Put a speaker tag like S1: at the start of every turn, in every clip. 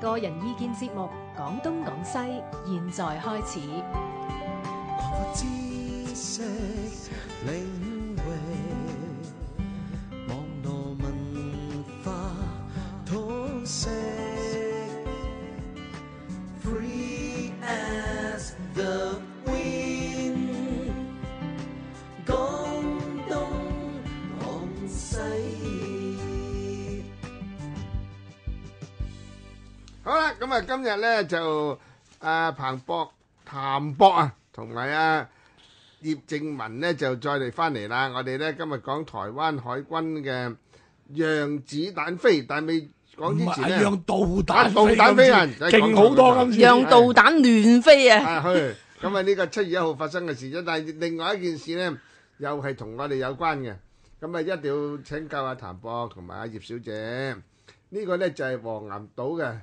S1: 個人意見節目《講東講西》，現在開始。
S2: 擴闊知識領域，網絡文化通識，Free as the wind。廣東廣西。
S3: 好啦，咁啊，今日咧就阿彭博、譚博啊，同埋啊葉正文咧就再嚟翻嚟啦。我哋咧今日講台灣海軍嘅讓子彈飛，但係未
S4: 嗯
S3: 講之前咧，
S4: 讓導
S3: 啊
S4: 彈
S3: 導彈飛人
S4: 今次勁好多今次，
S3: 讓
S5: 讓導彈亂飛啊！
S3: 啊去咁啊呢個七月一號發生嘅事啫。但係另外一件事咧，又係同我哋有關嘅，咁啊一定要請教阿譚博同埋阿葉小姐。呢個咧就係黃岩島嘅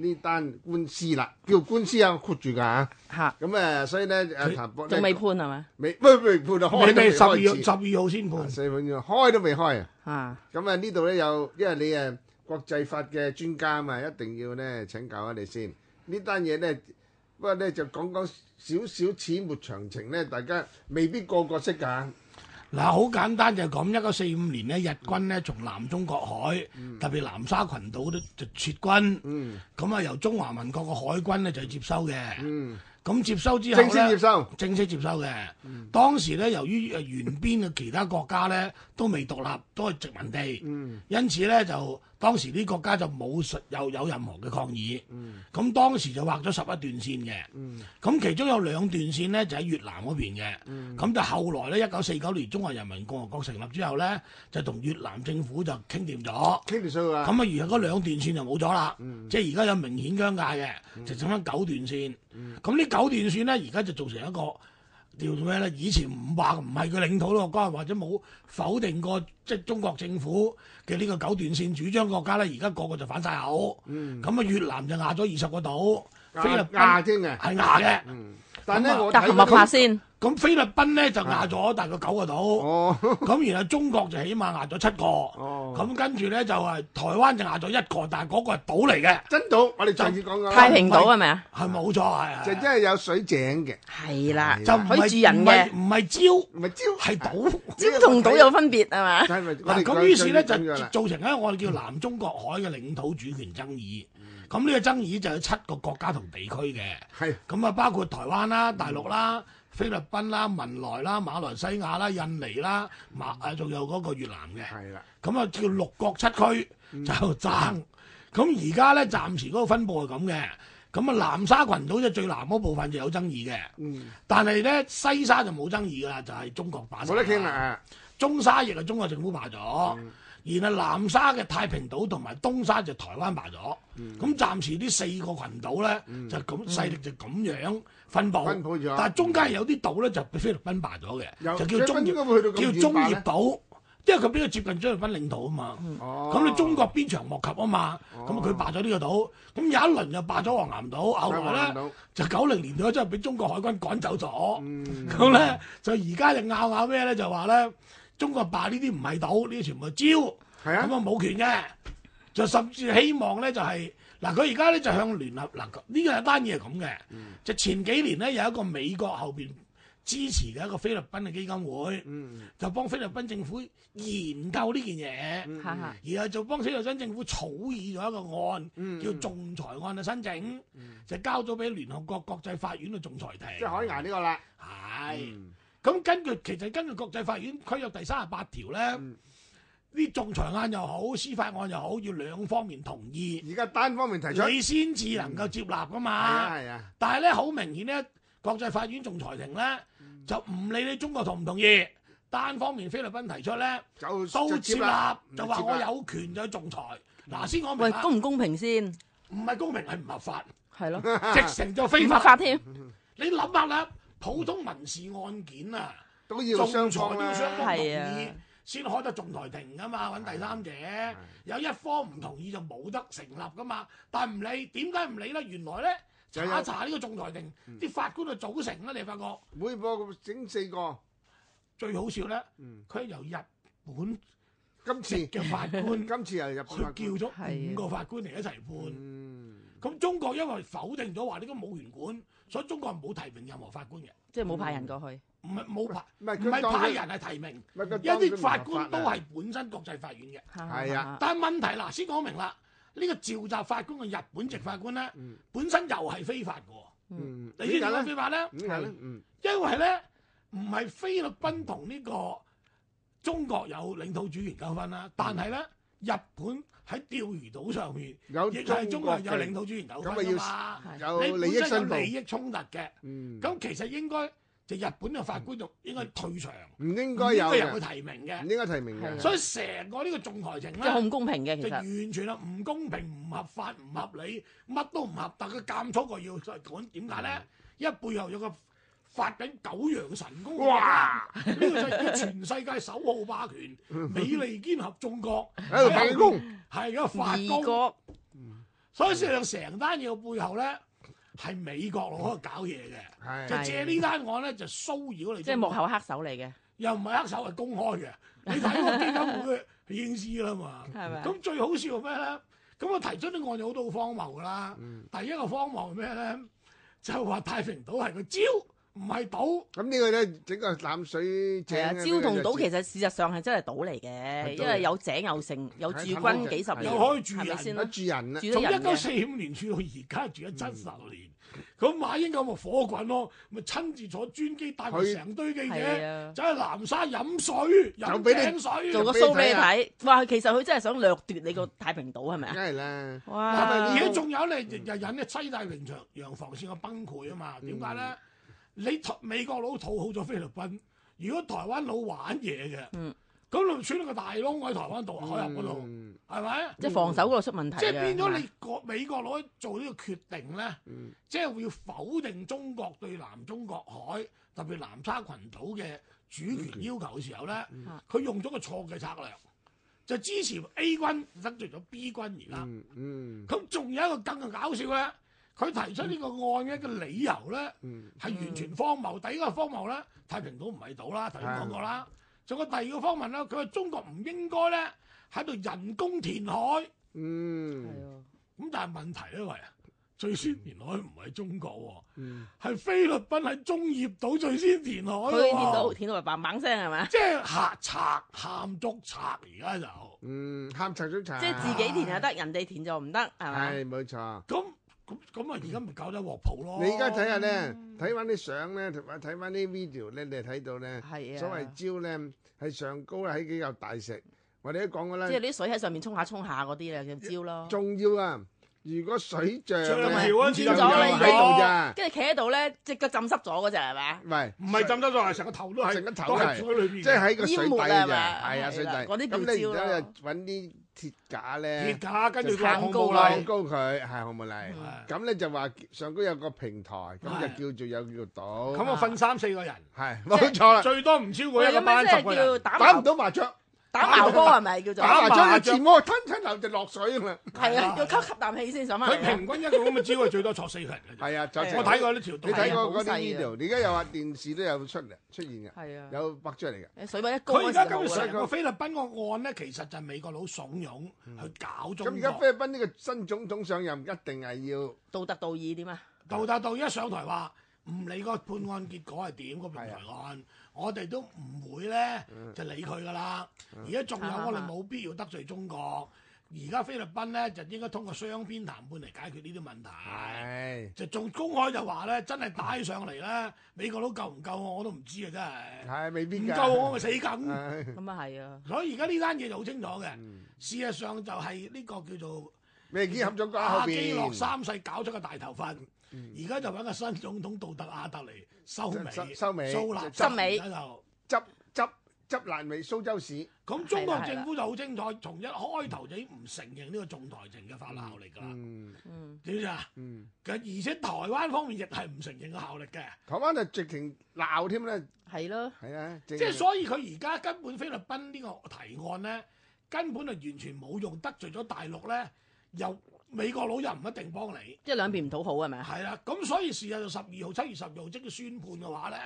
S3: 呢單官司啦，叫官司啊，括住㗎嚇。
S5: 嚇，
S3: 咁誒，所以咧誒，譚博咧
S5: 仲未判係咪？
S3: 未 未未判啊，
S4: 你
S3: 開都
S4: 哋
S3: 未
S4: 十二
S3: 開
S4: 月
S3: 始
S4: 十二號先判
S3: 啊，四分鐘開都未開啊！
S5: 嚇，
S3: 咁啊，呢度咧有，因為你誒國際法嘅專家啊嘛，一定要咧請教下你先。呢單嘢咧，不過咧就講講少少始末詳情咧，大家未必個個識㗎。
S4: 嗱，好簡單就係咁，一九四五年呢，日軍呢從南中國海，
S3: 嗯
S4: 特別南沙群島都就撤軍，咁啊由中華民國嘅海軍呢就接收嘅，咁接收之後
S3: 嗯正
S4: 呢
S3: 式接收，
S4: 正式接收嘅。當時咧，由於誒沿邊嘅其他國家咧都未獨立，都係殖民地，因此咧就當時啲國家就冇實有有任何嘅抗議。咁、當時就畫咗十一段線嘅，咁、其中有兩段線咧就喺越南嗰邊嘅。咁、就後來咧，一九四九年中華人民共和國成立之後咧，就同越南政府就傾掂咗。
S3: 傾條數啊！嗯
S4: 咁啊，而家嗰兩段線就冇咗啦，即係而家有明顯疆界嘅，就剩翻九段線。
S3: 嗯
S4: 咁呢九段線咧，而家就做成一個叫做咩咧？以前唔話唔係佢領土嘅國家，或者冇否定過即係中國政府嘅呢個九段線主張國家咧，而家個個就反晒口。
S3: 嗯
S4: 咁啊，越南就壓咗二十個島，菲律
S3: 牙牙
S4: 賓
S3: 添嘅，
S4: 係壓嘅。
S3: 但係咧
S4: 咁啊
S3: 我
S5: 但
S3: 睇
S5: 合唔合
S3: 嗰
S5: 法
S3: 啲
S5: 先？
S4: 咁菲律賓咧就壓咗大概九個島。
S3: 啊哦，
S4: 咁然後中國就起碼壓咗七個，
S3: 哦
S4: 咁跟住咧就係台灣就壓咗一個，但係嗰個係島嚟嘅，
S3: 真島我哋上次講過啦，
S5: 太平島係咪啊？
S4: 係冇錯係。
S3: 就真係有水井嘅，
S5: 係啦，
S4: 就唔
S5: 可以
S4: 係
S5: 住
S4: 唔
S5: 人嘅
S4: 係，唔係礁，
S3: 唔係招
S4: 係島。
S5: 尖同島有分別係嘛？
S3: 係咪我哋
S4: 嗱咁於是咧就
S3: 上次講咗啦
S4: 造成咧我哋叫南中國海嘅領土主權爭議。咁呢個爭議就有七個國家同地區嘅，
S3: 係
S4: 咁啊包括台灣啦、大陸啦、菲律賓啦、文萊啦、馬來西亞啦、印尼啦、馬啊仲有嗰個越南嘅。
S3: 係啦。
S4: 咁啊叫六國七區
S3: 嗯
S4: 就爭。咁而家咧暫時嗰個分佈係咁嘅。咁啊南沙群島就最南嗰部分就有爭議嘅。
S3: 嗯
S4: 但係咧西沙就冇爭議㗎啦，就係、中國霸晒
S3: 冇得傾啦。嗯啊！
S4: 中沙亦係中國政府霸咗。然後南沙嘅太平島同埋東沙就台灣霸咗，咁、
S3: 嗯
S4: 暫時呢四個群島咧、就咁勢力就咁樣分佈，
S3: 分佈咗嗯
S4: 但係中間有啲島咧就俾菲律賓霸咗
S3: 有
S4: 嘅，就叫中
S3: 菲律賓會去到咁
S4: 叫
S3: 遠
S4: 中
S3: 霸
S4: 業
S3: 咧
S4: 島，因為佢比較接近菲律賓領土啊嘛。
S3: 哦
S4: 咁你中國邊場莫及啊嘛，咁佢霸咗呢個島，咁有一輪又霸咗黃岩島，後
S3: 霸
S4: 來
S3: 咗黃岩島
S4: 咧就九零年代真係俾中國海軍趕走咗，
S3: 嗯
S4: 咁咧就而家就拗下咩咧就話咧中國霸呢啲唔係島，呢啲全部係礁，
S3: 係啊
S4: 咁啊冇權嘅，就甚至希望咧就係嗱佢而家咧就向聯合嗱呢個單嘢係咁嘅，
S3: 嗯
S4: 就前幾年咧有一個美國後邊支持嘅一個菲律賓嘅基金會，
S3: Ừ,
S4: 就幫菲律賓政府研究呢件嘢。
S5: 哈哈，
S4: 然後就幫死律賓政府草擬咗一個案，
S3: ừ, 嗯
S4: 叫仲裁案嘅申請，就交咗俾聯合國國際法院嘅仲裁庭。
S3: 即係海牙嗯呢個啦，
S4: Ừ. 係。咁根據其實根據國際法院規約第三十八條咧，呢
S3: 嗯
S4: 啲仲裁案又好，司法案又好，要兩方面同意，
S3: 而家單方面提出，係
S4: 你先至能夠接納噶
S3: 啊
S4: 嘛。
S3: 係啊，
S4: 但係咧，好明顯咧，國際法院仲裁庭咧
S3: 嗯
S4: 就唔理你中國同唔同意，單方面菲律賓提出咧。
S3: 就
S4: 都
S3: 就
S4: 接
S3: 接
S4: 納
S3: 啦，，
S4: 就話
S3: 接
S4: 我
S3: 啦嗯
S4: 有權就去仲裁。嗱，先講明
S5: 喂，
S4: 啦，
S5: 公唔公平先？
S4: 唔係公平係唔合法，
S5: 係咯，
S4: 直成就
S5: 啊唔
S4: 非
S5: 合
S4: 法。
S5: 法添。
S4: 你諗下啦，普通民事案件啊，
S3: 都要
S4: 仲裁
S3: 雙
S4: 都
S3: 方
S4: 要雙
S3: 啦。
S4: 方同
S5: 係
S4: 意
S5: 啊嗯
S4: 先開得仲裁庭噶嘛，揾第三者。
S3: à,
S4: 有一方唔同意就冇得成立噶嘛。但唔理點解唔理咧？原來咧
S3: 就有嗯
S4: 查一查呢個仲裁庭，啲法官就組成啦。你發覺
S3: 每個整四個，
S4: 最好笑咧
S3: 嗯，
S4: 佢係由日本
S3: 今次
S4: 嘅法官
S3: 今次又入
S4: 佢
S3: 去，
S5: 啊
S3: Ừ.
S4: 叫咗五個法官嚟一齊判。
S3: 嗯，
S4: 咁中國因為否定咗話呢個冇權管，所以中國係冇提名任何法官嘅，
S5: 即係冇派人過去。
S4: 唔係冇派，
S3: 唔
S4: 唔
S3: 係佢
S4: 係
S3: 當佢
S4: 派人係提名，
S3: 唔係佢
S4: 一
S3: 當佢
S4: 啲
S3: 唔
S4: 法
S3: 合
S4: 官
S3: 法
S4: 都
S3: 啊
S4: 係本身國際法院嘅。
S3: 係啊
S4: 但係問題嗱，先講明啦，呢、個召集法官嘅日本籍法官咧，
S3: Ừ,
S4: 本身又係非法嘅喎。
S3: 嗯，
S4: 你知唔
S3: 點解
S4: 知點
S3: 呢
S4: 解非法咧？
S3: 點解咧？嗯，
S4: 因為咧唔係菲律賓同呢個中國有領土主權糾紛啦，但係
S3: 嗯
S4: 咧日本喺釣魚島上面
S3: 有
S4: 亦係中國
S3: 中國
S4: 有
S3: 嘅
S4: 領土主權糾
S3: 咁咪
S4: 紛㗎嘛，
S5: 係
S3: 有
S4: 你
S3: 利益
S4: 本身有
S3: 申
S4: 利
S3: 報，
S4: 益衝突嘅，
S3: 嗯，
S4: 咁其實應該就日本嘅法官就應該退場，
S3: 唔應
S4: 應
S3: 該有
S4: 有
S3: 嘅，
S4: 去提名
S3: 唔
S4: 嘅，
S3: 應該提名嘅。
S5: 係
S4: 所以成個呢個仲裁庭
S5: 即係好
S4: 咧。
S5: 唔公平嘅，其
S4: 就
S5: 實
S4: 完全係唔公平、唔合法、唔合理，乜都唔合得。佢監粗個要講點解咧？因為背後有個發緊九陽神功嘅國家，呢個就係叫全世界首號霸權，美利堅合眾國
S3: 喺度發緊功，
S4: 係個發
S5: 二
S4: 功。
S5: 國
S4: 所以事實上成單嘢背後咧係美國佬喺度搞嘢嘅，
S3: 係
S4: 就借呢單案咧就騷擾你。
S5: 即係幕後黑手嚟嘅，
S4: 又唔係黑手係公開 嘅，你睇個基金會已經知啦嘛。
S5: 係咪
S4: 咁最好笑係咩咧？咁我提出啲案有好多好荒謬噶啦。
S5: 嗯
S4: 第一個荒謬係咩咧？就話太平島係個礁，唔係島。
S3: 咁呢個咧，整個淡水井
S5: 係啊，
S3: 呢
S5: 朝同島其
S3: 就
S5: 實事實上係真係島嚟嘅，因為有井有城，有駐軍幾十年，
S4: 有可以住人
S5: 係咪先
S3: 一
S5: 啦？
S3: 住人啦
S5: 住，
S4: 從
S5: 咗
S4: 一
S5: 人
S4: 九
S5: 嘅嗯
S4: 四五年住到而家住咗七十年，咁馬英九咪火滾咯，咪親自坐專機帶埋
S3: 佢
S4: 成堆記
S5: 係
S4: 者
S5: 啊
S4: 走去南沙飲水、
S3: 就
S4: 飲
S3: 俾你
S4: 井水。
S5: 做個 show 俾你睇，哇！其實佢真係想掠奪你個太平島係咪
S3: 梗
S5: 啊？
S3: 係啦。
S5: 哇！
S4: 而且仲有咧，日日引咧西太平洋洋防線嘅崩潰啊嘛。點解咧？你台美國佬討好咗菲律賓，如果台灣佬玩嘢嘅，
S5: 嗯
S4: 咁就穿咗個大窿喺台灣度海峽嗰度，
S3: 嗯
S4: 係咪？
S5: 即係防守嗰度出問題啊
S4: 即係
S5: 嘅
S4: 變
S5: 係
S4: 咗
S5: 咪
S4: 你國美國佬做呢個決定咧，
S3: Ừ,
S4: 即係要否定中國對南中國海特別南沙群島嘅主權要求嘅時候咧，佢用咗個錯嘅策略，就支持 A 軍得罪咗 B 軍而家。
S3: 嗯嗯，
S4: 咁仲有一個更搞笑咧，佢提出呢個案嘅一個理由咧，
S3: ừ,
S4: 係完
S2: 嗯
S4: 全荒謬。第一個荒謬咧，太平島唔係島啦，頭先講過啦。仲有第二個荒謬咧，佢話中國唔應該咧喺度人工填海。
S3: 嗯，
S5: 係
S4: 咁但係問題咧，喂，最先填海唔係中國
S3: ừ,
S4: 喎，係菲律賓喺中葉島最先填海
S5: 喎
S4: 喎。
S5: 佢填到填到嘭嘭聲係咪？
S4: 即係嚇賊喊捉賊，而家就
S3: 嗯，喊賊都賊，
S5: 即係自己填就得，人哋填就唔得係咪？
S3: 係冇錯。
S4: 咁咁咁啊！而家咪搞得鑊鋪咯。
S3: 你而家睇下咧，睇翻啲相咧，同埋睇翻啲 video 咧，你係睇到咧，
S5: 係啊
S3: 所謂蕉咧係上高咧喺幾嚿大石，我哋都講過啦
S5: 即，係你啲水喺上面沖下沖下嗰啲咧，叫招咯。
S3: 仲要啊！如果水漲
S2: 漲
S3: 呢
S2: 潮啊漲
S3: 就有
S2: 咗啦
S3: 喺度咋，
S5: 跟住企喺度咧，隻腳浸濕咗嗰只係咪？
S3: 喂，
S2: 唔係浸得咗，係成個頭都係，
S3: 成個頭
S2: 都
S3: 係
S2: 係水裏邊嘅。
S3: 即係喺個水
S5: 淹
S3: 底
S5: 沒
S3: 嘅
S5: 啊
S3: 啫，
S5: 嘛
S3: 係啊
S5: 係
S3: 水底。
S5: 啦嗰啲
S3: 咁你
S5: 吊
S3: 而家
S5: 招
S3: 就
S5: 咯
S3: 揾啲鐵架
S4: 跌
S3: 咧，
S4: 架，跟住
S5: 就
S4: 個
S5: 撐
S4: 項
S5: 高
S4: 目
S5: 啦
S4: 嚟
S3: 晾。高佢，係好冇嚟
S4: 嗯。
S3: 咁咧就話上高有個平台，咁
S4: 係
S3: 就叫做有叫島。
S4: 咁我瞓三四個人，
S3: 係冇錯啦，
S4: 最多唔超過一個
S5: 咁
S4: 班
S5: 樣即
S4: 十個
S5: 係叫
S4: 人。
S5: 打
S3: 打唔
S5: 麻
S3: 到麻雀。
S5: 打茅波係咪叫做？
S3: 打
S4: 打
S3: 麻將
S4: 麻
S3: 一
S4: 雀
S3: 自摸，吞吞流就落水咁啊！
S5: 係啊，要吸吸啖氣先上翻
S4: 佢
S5: 嚟啊。
S4: 平均一個咁嘅招係最多坐四個人嘅啫。
S3: 係啊，就
S5: 係啊
S4: 我睇過呢條
S3: 你睇
S4: 隊，
S3: 過嗰
S5: 係啊好細
S3: 啲
S5: 啊
S3: video，你而家又話電視都有出嚟出現嘅，
S5: 係啊，
S3: 有拍出嚟嘅。
S5: 有水位一高
S4: 佢而
S5: 嗰
S4: 家
S5: 時
S4: 咁
S5: 候
S4: 成
S5: 啊，
S4: 個菲律賓個案咧，其實就係美國佬慫恿去搞中
S3: 咁而家
S4: 國。
S3: 菲律賓呢個新總統上任，一定係要
S5: 道德道義點啊？
S4: 杜達杜一上台話唔理個判案結果係點，個平台案，我哋都唔會咧就理佢噶啦。而家仲有
S5: 啊
S4: 我哋冇必要得罪中國。而家菲律賓咧就應該通過雙邊談判嚟解決呢啲問題。
S3: 係
S4: 就仲公開就話咧，真係打起上嚟咧，美國佬夠唔夠我我都唔知啊！
S3: 係嗯未必
S4: 真係唔
S3: 㗎。
S4: 夠我咪死梗。
S3: 唉
S5: 咁啊係啊，
S4: 所以而家呢單嘢就好清楚嘅，事實上就係呢個叫做
S3: 未見合咗瓜
S4: 阿
S3: 後
S4: 基諾
S3: 邊嗯
S4: 三世搞出個大頭髮，而家就揾個新總統杜特亞特嚟收
S3: 收
S4: 尾，
S3: 收尾
S4: 蘇納
S5: 執尾
S4: 而家就
S3: 執執執爛尾蘇州市，
S4: 咁中國
S5: 係啦係啦
S4: 政府就好清楚，從一開頭就已經唔承認呢個仲裁庭嘅法律效力㗎啦，
S3: 嗯
S5: 嗯，
S4: 知唔知啊？
S3: 嗯，
S4: 咁而且台灣方面亦係唔承認個效力嘅。
S3: 台灣就直情鬧添啦，
S5: 係咯，
S3: 係啊，即
S4: 即係所以佢而家根本菲律賓呢個提案咧，根本係完全冇用，得罪咗大陸咧，又美國佬又唔一定幫你，
S5: 即係兩邊唔討好係咪啊？
S4: 係啦。咁所以事實上十二號、七月十二號即係宣判嘅話咧，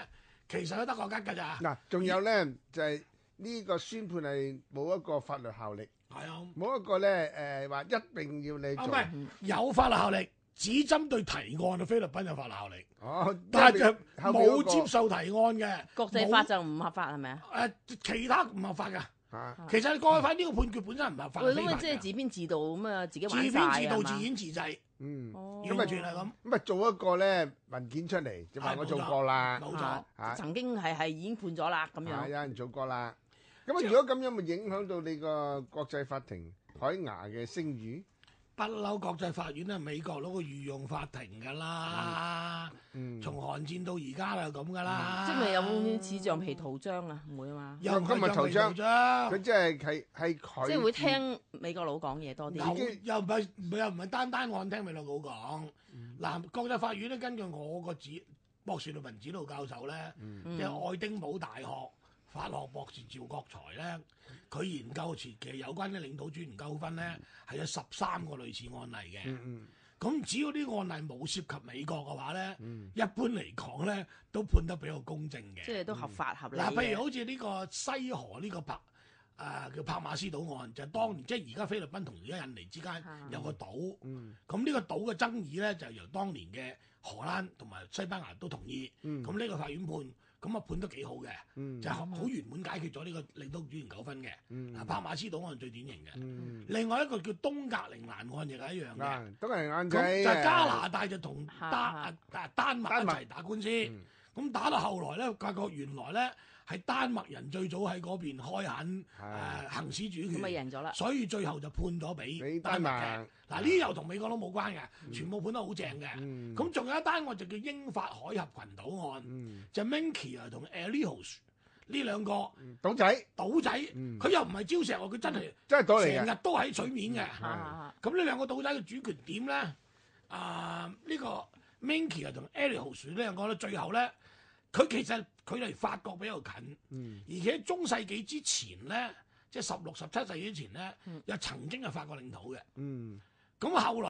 S4: 其實都得個吉㗎咋。
S3: 嗱，仲有咧就係呢個宣判係冇一個法律效力，
S4: 係啊，
S3: à, 冇一個咧誒話一定要你嗯
S4: 啊唔
S3: 做。
S4: 係有法律效力，只針對提案嘅菲律賓有法鬧你，
S3: 哦，
S4: 但
S3: 即
S4: 係
S3: 係
S4: 就
S3: 後面嗰
S4: 冇
S3: 個
S4: 接受提案嘅
S5: 國際法就唔合法係咪啊？
S4: 冇誒其他唔合法㗎。
S3: 啊
S4: 其實你講翻呢個判決本身唔合法，
S5: 喂，
S4: 非
S5: 咁
S4: 法
S5: 啊，
S4: 㗎
S5: 即係自編自導咁啊，自己
S4: 自
S5: 玩晒
S4: 編自
S5: 啊
S4: 導、
S5: 係嘛
S4: 自演自製，
S3: 嗯，
S5: 哦
S4: 完全係咁。
S3: 咁啊做一個咧文件出嚟，就話
S4: 係
S3: 我
S4: 冇
S3: 做
S4: 錯
S3: 過啦，
S4: 冇
S5: 啊
S4: 錯。
S3: 啊
S5: 曾經係係已經判咗啦咁
S3: 啊有
S5: 樣。
S3: 人做過啦。咁啊，如果咁樣咪影響到你個國際法庭海牙嘅聲譽？
S4: 不嬲國際法院咧，美國攞個御用法庭㗎啦，
S3: 嗯，
S4: 從韓戰到而家就咁㗎啦。
S5: 嗯即係咪有冇似橡皮圖章啊？唔會啊嘛，
S4: 又唔係
S3: 今日頭
S4: 橡
S3: 章
S4: 皮
S3: 佢
S4: 圖章
S3: 即係係係佢
S5: 即係會聽美國佬講嘢多
S4: 有
S5: 啲。
S4: 又唔係又唔係單單按聽美樂佬講，嗱、國際法院咧根據我個指博士論文指導教授咧，
S5: 嗯
S4: 即係愛丁堡大學法學博士趙國才咧，佢研究時期有關嘅領導主權糾紛咧係有十三個類似案例嘅。咁只要呢個案例冇涉及美國嘅話咧，一般嚟講咧都判得比較公正嘅。
S5: 即係都合法合理嘅。
S4: 嗱，譬如好似呢個西河呢個拍啊叫帕馬斯島案，就當年即係而家菲律賓同而家印尼之間
S5: 啊
S4: 有個島，咁呢個島嘅爭議咧就由當年嘅荷蘭同埋西班牙都同意，
S3: 嗯
S4: 咁呢個法院判，咁啊判得幾好嘅，就好好圓滿解決咗呢個領導主權糾紛
S3: 嗯
S4: 嘅。啊，帕馬斯島案最典型嘅，另外一個叫東格陵蘭案亦係一樣嘅。
S3: 啊，都係眼
S4: 咁
S3: 仔
S4: 就係加拿大就同
S5: 嚇
S4: 丹啊啊丹麥
S3: 丹
S4: 一
S3: 麥
S4: 齊打官司，咁打到後來咧，發覺原來咧係丹麥人最早喺嗰邊開墾誒行使主權，
S5: 咁咪贏咗啦
S4: 所以最後就判咗俾
S3: 俾
S4: 丹麥啊嗯嘅
S3: 丹。
S4: 嗱呢又同美國佬冇關嘅，全部判得好正嘅。咁仲有一單案就叫英法海峽群島案，就 Minky 啊同 Elios 呢兩個
S3: 賭仔，
S4: 島仔，佢又唔係礁石喎，佢真係
S3: 真係賭嚟
S4: 成
S3: 嘅。
S4: 日都喺水面嘅。
S5: 啊啊
S4: 咁呢兩個島仔嘅主權點咧？啊，呢、個 Minky 啊同 e l i h 呢兩個咧，最後咧，佢其實距離法國比較近，而且中世紀之前咧，即係十六、十七世紀之前咧，又曾經係法國領土嘅。
S3: 嗯。
S4: 咁後來。